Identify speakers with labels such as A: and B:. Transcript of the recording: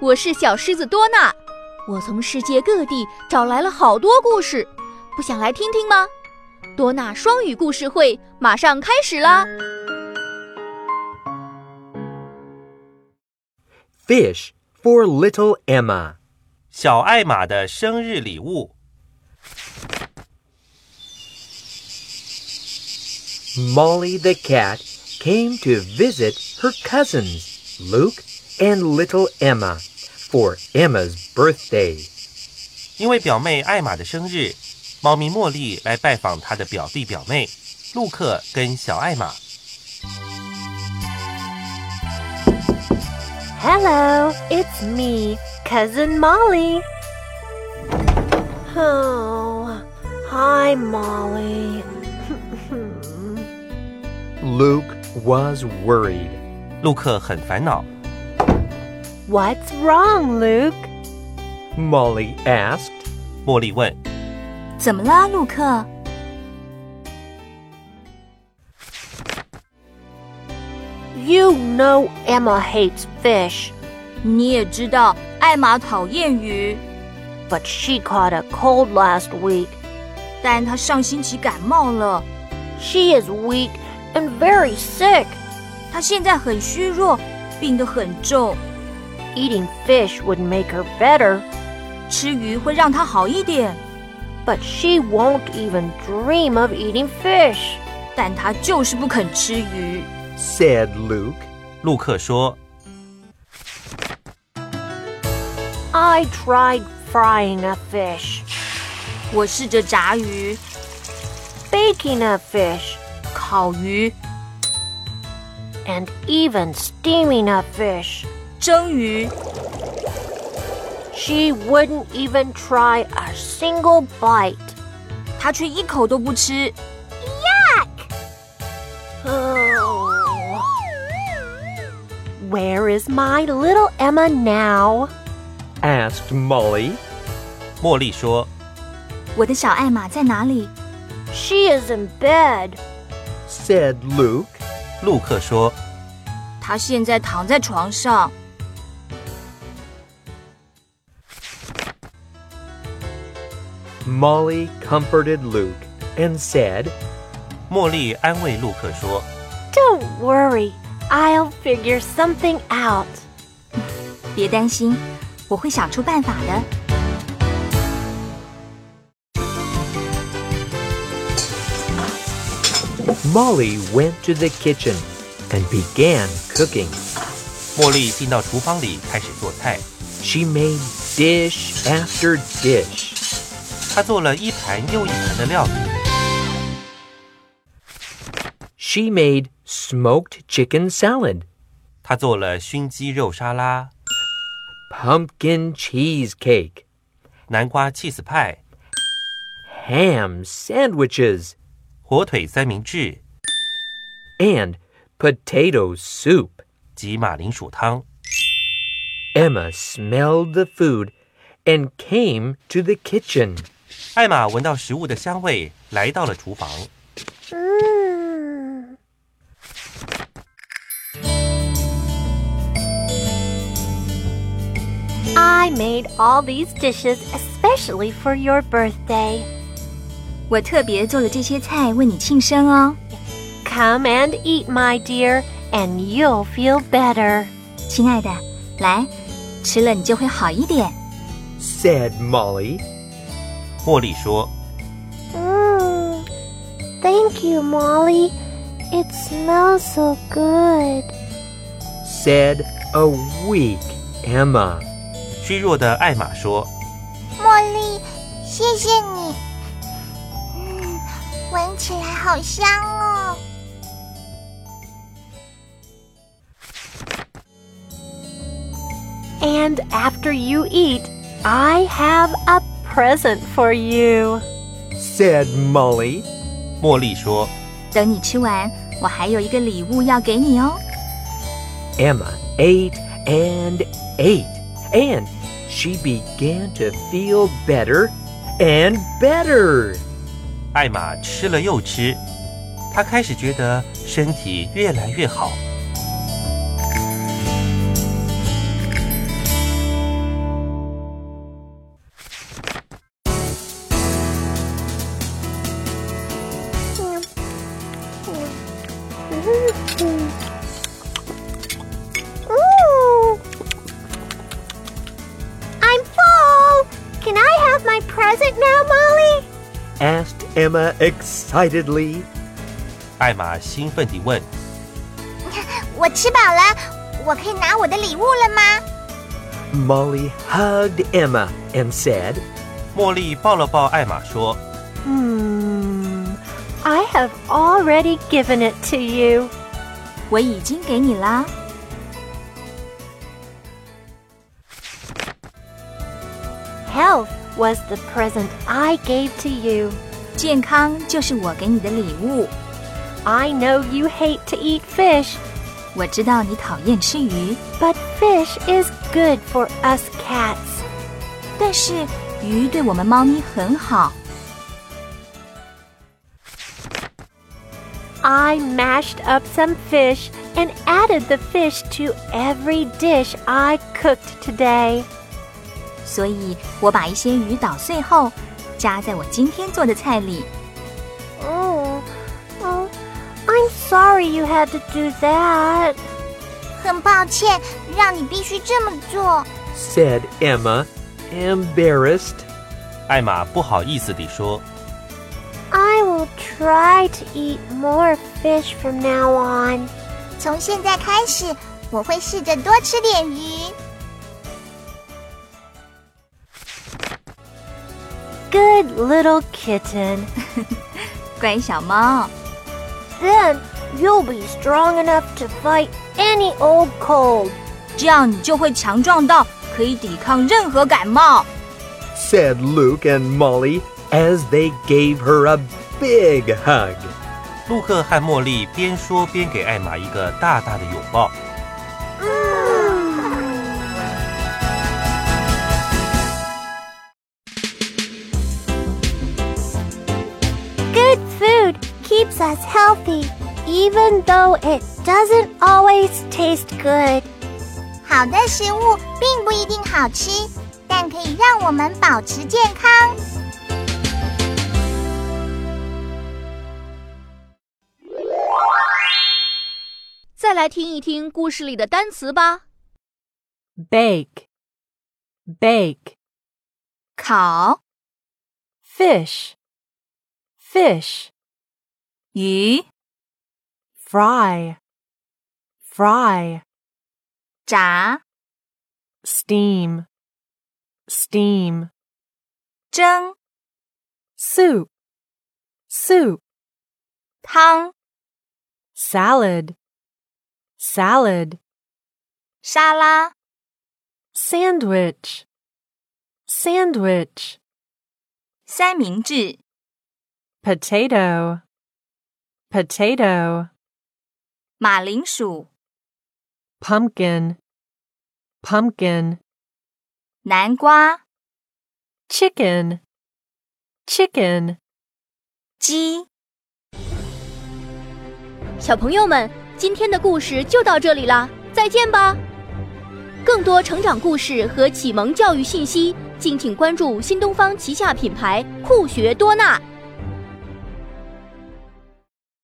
A: 我是小狮子多纳，我从世界各地找来了好多故事，不想来听听吗？多纳双语故事会马上开始啦
B: ！Fish for little Emma，
C: 小艾玛的生日礼物。
B: Molly the cat came to visit her cousins, Luke and little Emma, for Emma's birthday.
C: 因为表妹艾玛的生日，猫咪茉莉来拜访她的表弟表妹陆克跟小艾玛。
D: Hello, it's me, cousin Molly. Oh, hi, Molly.
B: Luke was worried.
C: 陆克很烦恼，
D: What's wrong, Luke?
B: Molly asked.
C: 茉莉问。
A: 怎么啦，陆克？
D: You know Emma hates fish,
A: 你也知道艾玛讨厌鱼，
D: but she caught a cold last week.
A: 但她上星期感冒了，
D: She is weak and very sick.
A: 她现在很虚弱，病得很重。
D: Eating fish would make her better,
A: 吃鱼会让她好一点，
D: but she won't even dream of eating fish.
A: 但她就是不肯吃鱼。
B: Said Luke.
C: 陆克说
D: I tried frying a fish,
A: 我试着炸鱼、
D: baking a fish,
A: 烤鱼、
D: and even steaming a fish.
A: 蒸鱼，
D: She wouldn't even try a single bite.
A: 她却一口都不吃。
D: Oh. Where is my little Emma now?
B: Asked Molly.
C: 茉莉说
A: 我的小艾玛在哪里？
D: She is in bed.
B: Said Luke.
C: 陆克说
A: 她现在躺在床上。
B: Molly comforted Luke and said,
C: 茉莉安慰陆克说
D: Don't worry, I'll figure something out.
A: 别担心，我会想出办法的。
B: Molly went to the kitchen and began cooking.
C: 茉莉进到厨房里开始做菜，
B: She made dish after dish.
C: 她做了一盘又一盘的料理。
B: She made smoked chicken salad,
C: 她做了熏鸡肉沙拉、
B: pumpkin cheesecake,
C: 南瓜 cheese 派、
B: ham sandwiches,
C: 火腿三明治
B: and potato soup.
C: 及马铃薯汤。
B: Emma smelled the food and came to the kitchen.
C: 艾玛闻到食物的香味，来到了厨房。
D: Mm. I made all these dishes especially for your birthday.
A: 我特别做了这些菜为你庆生哦，
D: Come and eat, my dear, and you'll feel better.
A: 亲爱的，来，吃了你就会好一点。
B: Said Molly,
C: 茉莉说
D: Mmm. Thank you, Molly. It smells so good.
B: said a weak Emma.：“
C: 虚弱的艾玛说，
E: 茉莉，谢谢你。嗯，闻起来好香哦。
D: And after you eat, I have a present for you.
B: Said Molly,
C: 茉莉说，
A: 等你吃完，我还有一个礼物要给你哦。
B: Emma ate and ate, and she began to feel better and better.
C: 艾玛吃了又吃，她开始觉得身体越来越好。”
E: present now, Molly?
B: asked Emma excitedly.
C: 艾玛兴奋地问
E: 我吃饱了，我可以拿我的礼物了吗？
B: Molly hugged Emma and said,
C: 茉莉，抱了抱艾玛说
D: Hmm. I have already given it to you.
A: 我已经给你啦。
D: Health was the present I gave to you.
A: 健康就是我给你的礼物。
D: I know you hate to eat fish,
A: 我知道你讨厌吃鱼，
D: but fish is good for us cats.
A: 但是鱼对我们猫咪很好。
D: I mashed up some fish and added the fish to every dish I cooked today.
A: 所以我把一些鱼捣碎后，加在我今天做的菜里。
D: Oh, oh, I'm sorry you had to do that.
E: 很抱歉，让你必须这么做。
B: said Emma, embarrassed.：“
C: 艾玛不好意思地说，
D: I will try to eat more fish from now on.
E: 从现在开始，我会试着多吃点鱼。
D: Good little kitten.
A: 乖小猫，
D: Then you'll be strong enough to fight any old cold.
A: 这样你就会强壮到可以抵抗任何感冒。
B: said Luke and Molly as they gave her a big hug.
C: 陆克和茉莉边说边给艾玛一个大大的拥抱。
D: Good food keeps us healthy, even though it doesn't always taste good.
E: 好的食物并不一定好吃，但可以让我们保持健康。
A: 再来听一听故事里的单词吧：
F: bake, bake,
A: 烤、
F: fish, fish,
A: 鱼、
F: fry, fry,
A: 炸、
F: steam, steam,
A: 蒸、
F: soup, soup,
A: 汤、
F: salad, salad,
A: 沙拉、
F: sandwich, sandwich,
A: 三明治、
F: potato, potato,
A: 马铃薯、
F: pumpkin, pumpkin,
A: 南瓜、
F: chicken, chicken.
A: 鸡。小朋友们，今天的故事就到这里啦，再见吧！更多成长故事和启蒙教育信息，敬请关注新东方旗下品牌酷学多纳。